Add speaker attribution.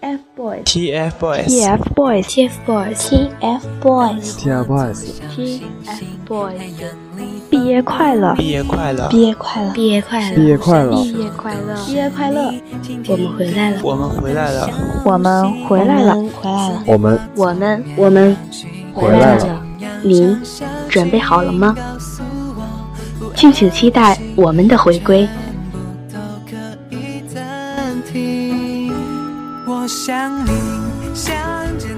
Speaker 1: TFBOYS、
Speaker 2: TFBOYS、
Speaker 1: TFBOYS、
Speaker 3: TFBOYS、
Speaker 1: TFBOYS、
Speaker 4: TFBOYS，
Speaker 1: TFBOYS，毕业快乐！
Speaker 2: 毕业快乐！
Speaker 3: 毕业快乐！
Speaker 5: 毕业快乐！
Speaker 4: 毕业快乐！
Speaker 1: 毕业快乐！毕业快乐！
Speaker 5: 我们回来了，
Speaker 2: 我们回来了，
Speaker 1: 我们回来了，
Speaker 3: 回来了，
Speaker 4: 我们
Speaker 1: 我们
Speaker 5: 我们
Speaker 4: 回来了，
Speaker 5: 你准备好了吗？敬请期待我们的回归。
Speaker 6: 暂停。我想你，想见